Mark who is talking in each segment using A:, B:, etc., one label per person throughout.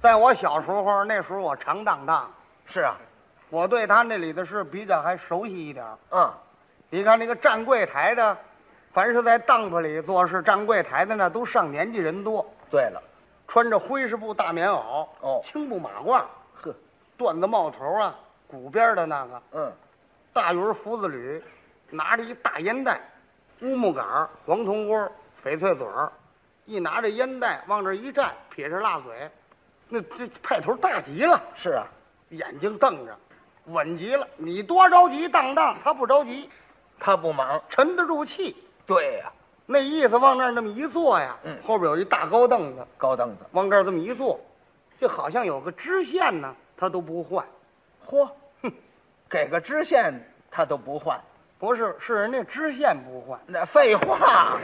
A: 在我小时候，那时候我常荡荡，
B: 是啊，
A: 我对他那里的事比较还熟悉一点儿。
B: 嗯，
A: 你看那个站柜台的，凡是在当铺里做事站柜台的呢，都上年纪人多，
B: 对了，
A: 穿着灰式布大棉袄，
B: 哦
A: 青布马褂，
B: 呵，
A: 缎子帽头啊，鼓边的那个
B: 嗯，
A: 大鱼福子履，拿着一大烟袋，乌木杆儿黄铜锅，翡翠嘴儿，一拿着烟袋往这一站，撇着辣嘴，那这派头大极了。
B: 是啊，
A: 眼睛瞪着，稳极了。你多着急荡荡，他不着急，
B: 他不忙。
A: 沉得住气。
B: 对呀、
A: 那意思往那儿那么一坐呀，
B: 嗯
A: 后边有一大高凳子，
B: 高凳子，
A: 往这儿这么一坐，就好像有个支线呢，他都不换。
B: 嚯，
A: 哼，
B: 给个支线他都不换，
A: 不是，是人家支线不换。
B: 那废话。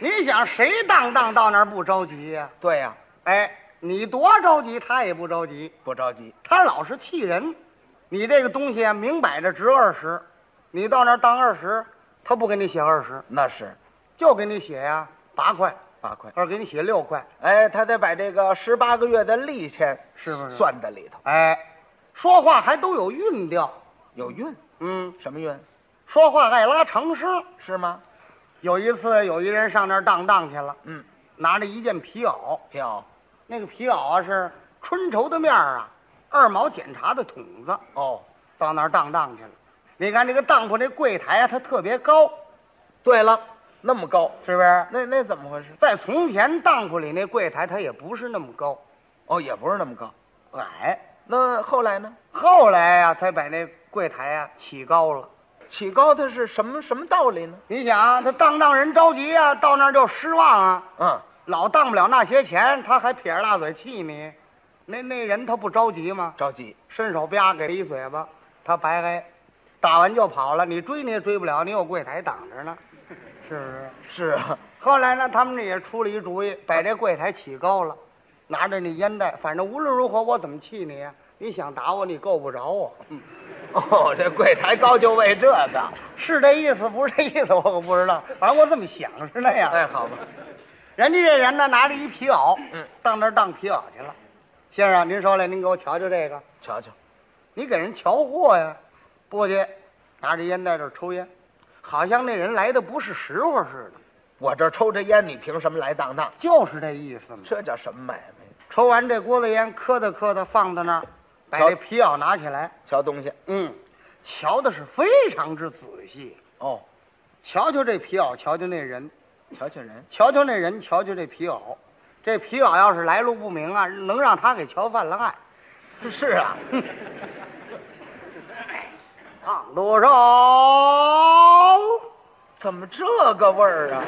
A: 你想谁荡荡到那儿不着急呀、
B: 对呀、
A: 哎，你多着急，他也不着急，
B: 不着急。
A: 他老是气人。你这个东西啊，明摆着值二十，你到那儿当二十，他不给你写二十，
B: 那是
A: 就给你写呀、八块，
B: 八块。
A: 或者给你写六块，
B: 哎，他得把这个十八个月的利钱
A: 是不是
B: 算在里头？
A: 哎，说话还都有韵调，
B: 有运，
A: 嗯，
B: 什么运？
A: 说话爱拉长声。
B: 是吗？
A: 有一次，有一人上那儿荡荡去了，
B: 嗯，
A: 拿着一件皮袄，
B: 票。
A: 那个皮袄啊是春绸的面儿啊，二毛检查的筒子，
B: 哦，
A: 到那儿荡荡去了。你看这个当铺这柜台啊，它特别高，
B: 对了，那么高，
A: 是不是？
B: 那那怎么回事？
A: 在从前当铺里那柜台，它也不是那么高，
B: 哦，也不是那么高。
A: 矮。
B: 那后来呢？
A: 后来呀、才把那柜台呀、起高了。
B: 起高它是什么什么道理呢？
A: 你想啊，他当当人着急啊，到那儿就失望啊，
B: 嗯，
A: 老当不了那些钱，他还撇着大嘴气你。那那人他不着急吗？
B: 着急。
A: 伸手啪给他一嘴巴，他白挨，打完就跑了。你追你也追不了，你有柜台挡着呢， 是不是？
B: 是啊，
A: 后来呢，他们这也出了一主意，把这柜台起高了，拿着那烟袋，反正无论如何我怎么气你，啊你想打我你够不着我，嗯
B: 哦，这柜台高就为这个。
A: 是这意思不是这意思我可不知道，反正我这么想是那样。
B: 哎，好吧，
A: 人家这人呢，拿着一皮袄，
B: 嗯，
A: 到那儿当皮袄去了。先生，啊您手里您给我瞧瞧这个，
B: 瞧瞧，
A: 你给人瞧货呀？过去拿着烟在这儿抽烟，好像那人来的不是时候似的，
B: 我这抽着烟，你凭什么来当当？
A: 就是这意思嘛。
B: 这叫什么买卖？
A: 抽完这锅子烟，磕哒磕哒放到那儿，把这
B: 瞧
A: 皮袄拿起来，
B: 瞧东西。
A: 嗯，瞧的是非常之仔细，
B: 哦，
A: 瞧瞧这皮袄，瞧瞧那人，
B: 瞧瞧人。
A: 瞧瞧那人，瞧瞧这皮袄，这皮袄要是来路不明啊，能让他给瞧犯了案。
B: 是啊，
A: 唱多少？
B: 怎么这个味儿啊？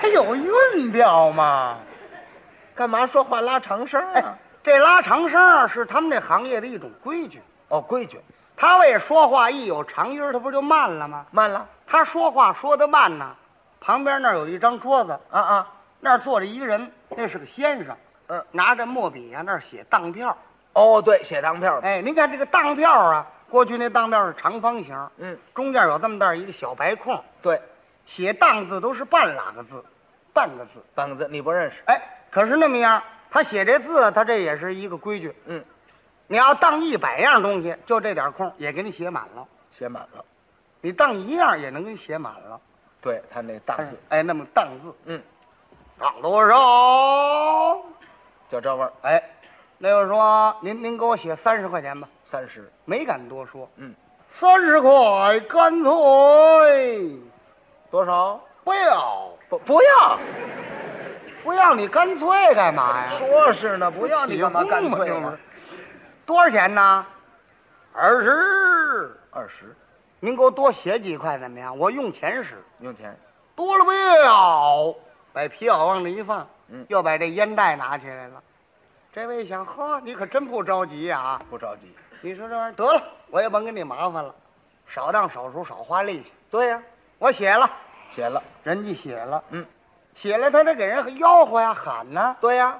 A: 它有韵调嘛？
B: 干嘛说话拉长声啊
A: 哎？，这拉长声啊是他们这行业的一种规矩。
B: 哦，规矩，
A: 他为说话一有长音儿，他不就慢了吗？
B: 慢了
A: 他说话说得慢呢，旁边那儿有一张桌子，
B: 啊啊，
A: 那儿坐着一个人，那是个先生，
B: 嗯，
A: 拿着墨笔啊，那儿写当票。
B: 哦，对，写当票的，
A: 哎，您看这个当票啊，过去那当票是长方形，
B: 嗯，
A: 中间有这么大一个小白空，
B: 对，
A: 写当字都是半拉个字，半个字。
B: 半个字你不认识，
A: 哎，可是那么样，他写这字啊，他这也是一个规矩。
B: 嗯，
A: 你要当一百样东西，就这点空也给你写满了；
B: 写满了，
A: 你当一样也能给你写满了。
B: 对他那当字，
A: 哎，那么当字
B: 嗯，
A: 当多少？
B: 就这味儿，
A: 哎，那个说您您给我写三十块钱吧，
B: 三十，
A: 没敢多说，
B: 嗯，
A: 三十块干脆
B: 多少？
A: 不要，
B: 不不要，
A: 不要你干脆干嘛呀？
B: 说是呢，不哎要你干嘛
A: 起
B: 干
A: 哄嘛啊
B: 脆
A: 这不
B: 呢
A: 是？多少钱呢？二十。
B: 二十，
A: 您给我多写几块怎么样？我用钱使，
B: 用钱，
A: 多了不要。把皮袄往这一放，
B: 嗯
A: 又把这烟袋拿起来了。这位一想，呵，你可真不着急呀、啊！
B: 不着急，
A: 你说这玩意儿得了，我也甭跟你麻烦了，少当少数，少花力气。
B: 对呀，
A: 我写了，
B: 写了，
A: 人家写了，
B: 嗯，
A: 写了他得给人吆喝呀、喊呐。
B: 对呀，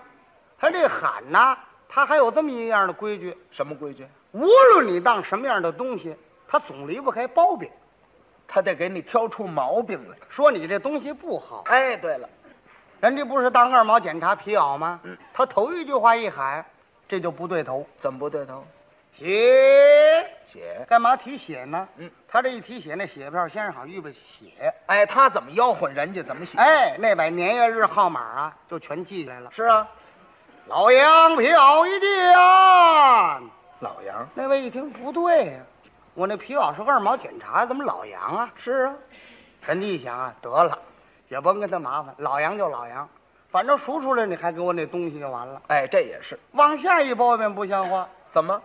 A: 他这喊呐，他还有这么一样的规矩：
B: 什么规矩？
A: 无论你当什么样的东西，他总离不开包庇，
B: 他得给你挑出毛病来。
A: 说你这东西不好。
B: 哎，对了，
A: 人家不是当二毛检查皮袄吗
B: 嗯？
A: 他头一句话一喊，这就不对头。
B: 怎么不对头？
A: 血，
B: 血。
A: 干嘛提血呢？
B: 嗯，
A: 他这一提血，那血票先生好像预备血，
B: 哎，他怎么吆喝人家怎么写？，
A: 哎，那把年月日号码啊，就全记下来了。
B: 是啊，
A: 老杨皮袄一啊件，
B: 老杨。
A: 那位一听不对呀、我那皮袄是二毛检查，怎么老杨啊？
B: 是啊，
A: 陈弟一想啊，得了，也甭跟他麻烦，老杨就老杨，反正赎出来你还给我那东西就完了。
B: 哎，这也是。
A: 往下一包便不像话，
B: 怎么？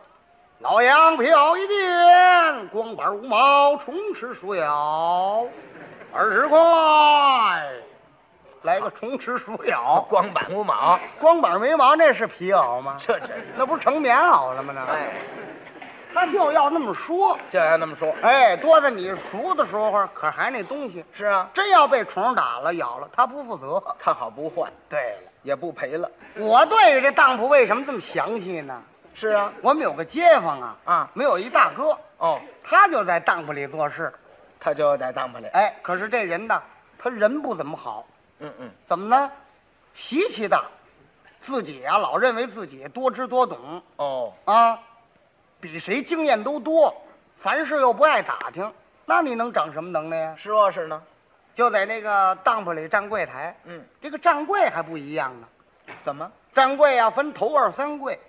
A: 老杨皮袄一件，光板无毛，虫吃鼠咬，二十块，来个虫吃鼠咬。
B: 光板无毛，
A: 光板没毛，那是皮袄吗？
B: 这真是。
A: 那不是成棉袄了吗？那，
B: 哎，
A: 他就要那么说，
B: 就要那么说。
A: 哎，多在你熟的时候，可还那东西，
B: 是啊，
A: 真要被虫打了、咬了，他不负责。
B: 看好不换，
A: 对了，
B: 也不赔了。
A: 我对这当铺为什么这么详细呢？
B: 是啊，
A: 我们有个街坊啊，
B: 啊，
A: 没有一大哥，
B: 哦，
A: 他就在当铺里做事，
B: 他就在当铺里。
A: 哎，可是这人呢，他人不怎么好，
B: 嗯嗯，
A: 怎么呢？习气大，自己啊老认为自己多知多懂，
B: 哦，
A: 啊，比谁经验都多，凡事又不爱打听，那你能长什么能耐啊呀？
B: 说是呢。
A: 就在那个当铺里站柜台，
B: 嗯，
A: 这个站柜还不一样呢。
B: 怎么？
A: 站柜啊，分头二三柜，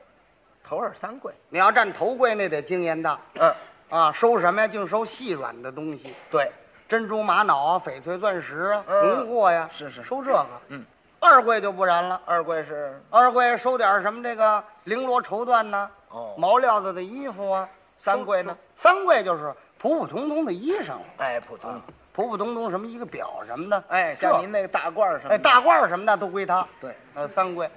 B: 头二三跪。
A: 你要站头柜那得经验大
B: 嗯，
A: 啊，收什么呀？净收细软的东西，
B: 对，
A: 珍珠、玛瑙啊，翡翠、钻石啊，
B: 嗯
A: 荣货呀，
B: 是是
A: 收这个。
B: 嗯，
A: 二柜就不然了，
B: 二跪是
A: 二柜收点什么这个绫罗绸缎呐、
B: 哦，
A: 毛料子的衣服啊。
B: 三跪呢？
A: 三贵就是普普通通的衣裳，啊
B: 哎，普通。
A: 普普通通什么一个表什么的，
B: 哎，像您
A: 那
B: 那个大褂儿什么的？
A: 哎大褂儿什么的都归他。
B: 对，
A: 呃，三贵，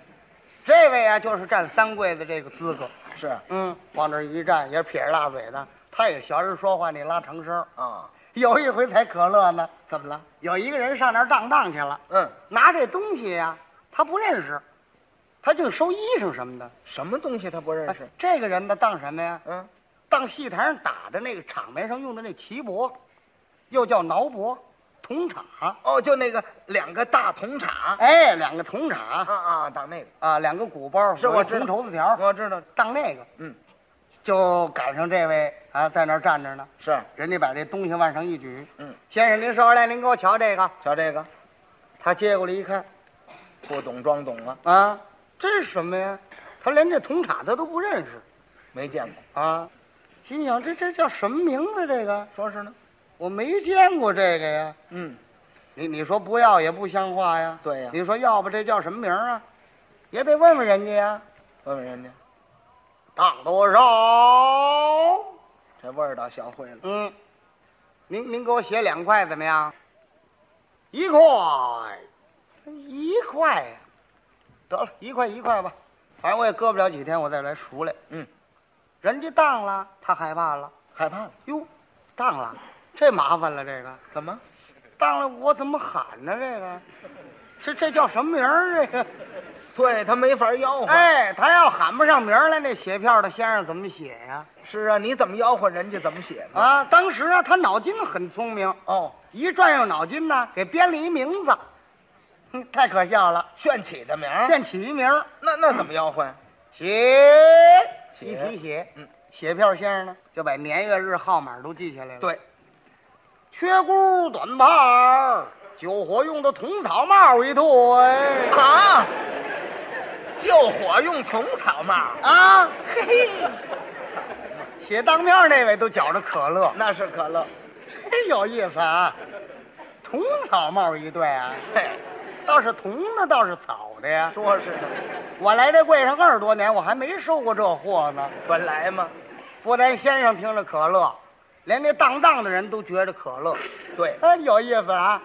A: 这位啊就是占三贵的这个资格，
B: 是啊
A: 嗯，往这儿一站也是撇着大嘴的，他也学人说话，你拉长声儿。
B: 啊，
A: 有一回才可乐呢，
B: 怎么了？
A: 有一个人上那儿荡荡去了，呃
B: 嗯，
A: 拿这东西呀、他不认识，他净收衣裳什么的。
B: 什么东西他不认识
A: 哎？这个人呢，当什么呀？
B: 嗯，
A: 当戏台上打的那个场面上用的那旗帛，又叫挠帛、铜镲，
B: 哦，就那个两个大铜镲。
A: 哎，两个铜
B: 啊
A: 镲
B: 啊，当那个。
A: 啊，两个鼓包，
B: 是
A: 有一
B: 我知
A: 铜
B: 道
A: 绸子条，
B: 我知道。
A: 当那个
B: 嗯，
A: 就赶上这位啊，在那儿站着呢，
B: 是。
A: 人家把这东西往上一举，
B: 嗯，
A: 先生您收着来，您给我瞧这个，
B: 瞧这个，
A: 他接过来一看，
B: 不懂装懂啊，
A: 啊，这是什么呀？他连这铜镲他都不认识
B: 没见过。
A: 啊，心想这这叫什么名字？啊这个
B: 说是呢。
A: 我没见过这个呀。
B: 嗯，
A: 你你说不要也不像话呀。
B: 对呀
A: 你说要不这叫什么名儿啊？也得问问人家呀。
B: 问问人家，
A: 当多少？
B: 这味儿倒学会了。
A: 嗯，您您给我写两块怎么样？一块，一块呀、得了，一块一块吧，反正我也搁不了几天，我再来赎来。
B: 嗯，
A: 人家当了，他害怕了。
B: 害怕了？
A: 哟，当了，这麻烦了，这个
B: 怎么？
A: 当了我怎么喊呢？这个，这这叫什么名儿？这个。
B: 对他没法吆喝。，
A: 哎，他要喊不上名儿来，那写票的先生怎么写呀、
B: 是啊，你怎么吆喝人家怎么写
A: 啊？
B: 呢？，
A: 当时啊，他脑筋很聪明，
B: 哦，
A: 一转悠脑筋呢，给编了一名字，哼，太可笑了，
B: 炫起的名儿。
A: 现起一名儿，
B: 那那怎么吆喝呀？
A: 写
B: 写
A: 一提写，
B: 嗯，
A: 写票先生呢就把年月日号码都记下来了。，
B: 对，
A: 缺箍短褂儿，救火用的铜草帽一对，
B: 啊，救火用铜草帽。
A: 啊，
B: 嘿，
A: 写当票那位都觉着可乐，
B: 那是可乐。
A: 嘿，有意思啊，铜草帽一对啊。
B: 嘿，
A: 倒是铜的，倒是草的呀。
B: 说是呢，
A: 我来这柜上二十多年，我还没收过这货呢。
B: 本来嘛，
A: 不但先生听着可乐，连那当当的人都觉着可乐，
B: 对，
A: 哎，有意思啊！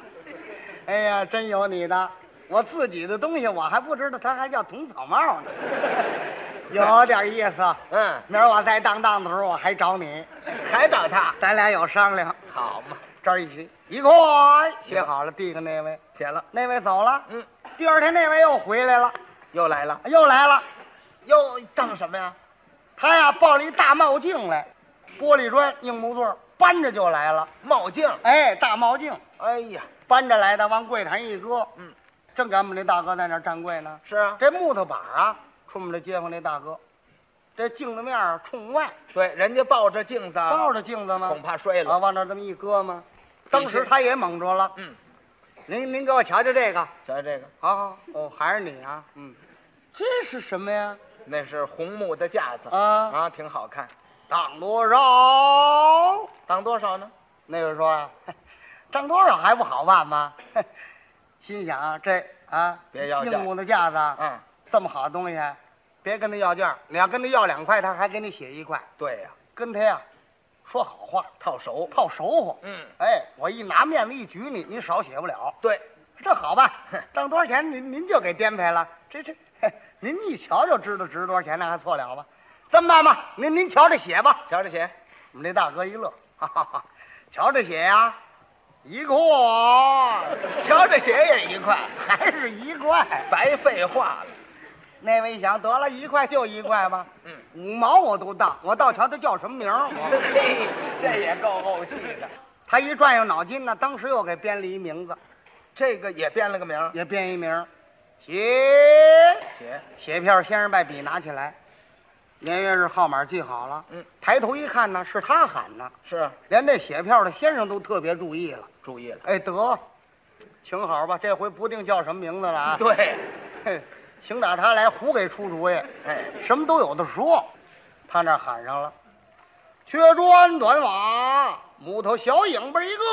A: 哎呀，真有你的！我自己的东西我还不知道，它还叫铜草帽呢， 有点意思。
B: 嗯，
A: 明儿我再当当的时候，我还找你，
B: 还找他，
A: 咱俩有商量。
B: 好嘛，
A: 这儿一起，一块写好了，递给那位，
B: 写了，
A: 那位走了。
B: 嗯，
A: 第二天那位又回来了，
B: 又来了，
A: 又来了。
B: 又当什么呀？
A: 他呀抱了一大帽镜来，玻璃砖硬木座，搬着就来了。
B: 冒镜。
A: 哎，大帽镜
B: 哎呀，
A: 搬着来的，往柜台一搁。
B: 嗯，
A: 正赶我们那大哥在那儿站柜呢。
B: 是啊，
A: 这木头板儿啊，冲我们这街坊那大哥，这镜子面儿冲外，
B: 对，人家抱着镜子，
A: 抱着镜子吗？
B: 恐怕摔
A: 啊，
B: 了。
A: 往那儿这么一搁吗？当时他也蒙着了。
B: 嗯，
A: 您您给我瞧瞧这个，
B: 瞧瞧这个，
A: 好好哦，还是你啊，嗯，这是什么呀？
B: 那是红木的架子
A: 啊，
B: 啊，挺好看。
A: 当多少？
B: 当多少呢？
A: 那个说啊，嘿当多少还不好办吗？嘿心想这啊，
B: 别要价
A: 硬木的架子，
B: 嗯，
A: 这么好的东西，别跟他要价儿，你要跟他要两块，他还给你写一块，
B: 对呀、
A: 跟他呀说好话，
B: 套手。
A: 套熟乎。
B: 嗯，
A: 哎，我一拿面子一举你，你少写不了。
B: 对，
A: 这好 办，当多少钱您您就给颠沛了。这这，嘿您一瞧就知道值多少钱，那还错了吗？这么办吧，您您瞧着写吧。
B: 瞧着写，
A: 我们这大哥一乐，哈哈哈，瞧着写呀、一块，
B: 瞧着写也一块，
A: 还是一块。
B: 白废话了。
A: 那位一想，得了一块就一块吧，
B: 嗯，
A: 五毛我都当，我倒瞧他叫什么名儿。我
B: 嘿，这也够怄气的。
A: 他一转悠脑筋呢，当时又给编了一名字，
B: 这个也编了个名儿，
A: 也编一名儿，写
B: 写，
A: 写票先生把笔拿起来，年月日号码记好了。
B: 嗯，
A: 抬头一看呢，是他喊的，
B: 是
A: 连这写票的先生都特别注意了。
B: 注意了。
A: 哎，得，请好吧，这回不定叫什么名字了啊。
B: 对，
A: 嘿，请打他来，胡给出主意，
B: 哎，
A: 什么都有的说。他那儿喊上了，缺砖短瓦，木头小影子一个。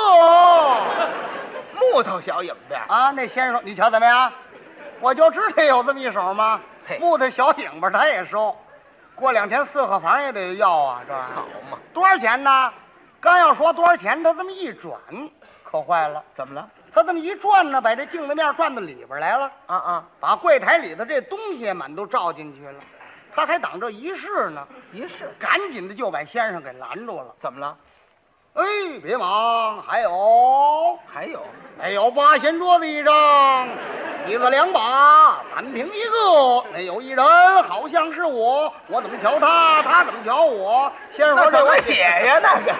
B: 木头小影子呀，
A: 啊，那先生，你瞧怎么样？我就知道有这么一手嘛
B: 嘿。
A: 木头小影子他也收，过两天四合房也得要啊，这玩意儿
B: 好嘛？
A: 多少钱呢？刚要说多少钱，他这么一转，可坏了。
B: 怎么了？
A: 他这么一转呢，把这镜子面转到里边来了，
B: 啊啊，
A: 把柜台里头这东西也满都照进去了。他还挡这一试呢，
B: 一试，
A: 赶紧的就把先生给拦住了。
B: 怎么了？
A: 哎，别忙，还有
B: 还有，
A: 还有八仙桌子一张，椅子两把，单凭一个。那有一人好像是我，我怎么瞧他，他怎么瞧我？先生
B: 那
A: 说
B: 怎
A: 这
B: 么
A: 我
B: 写呀？那个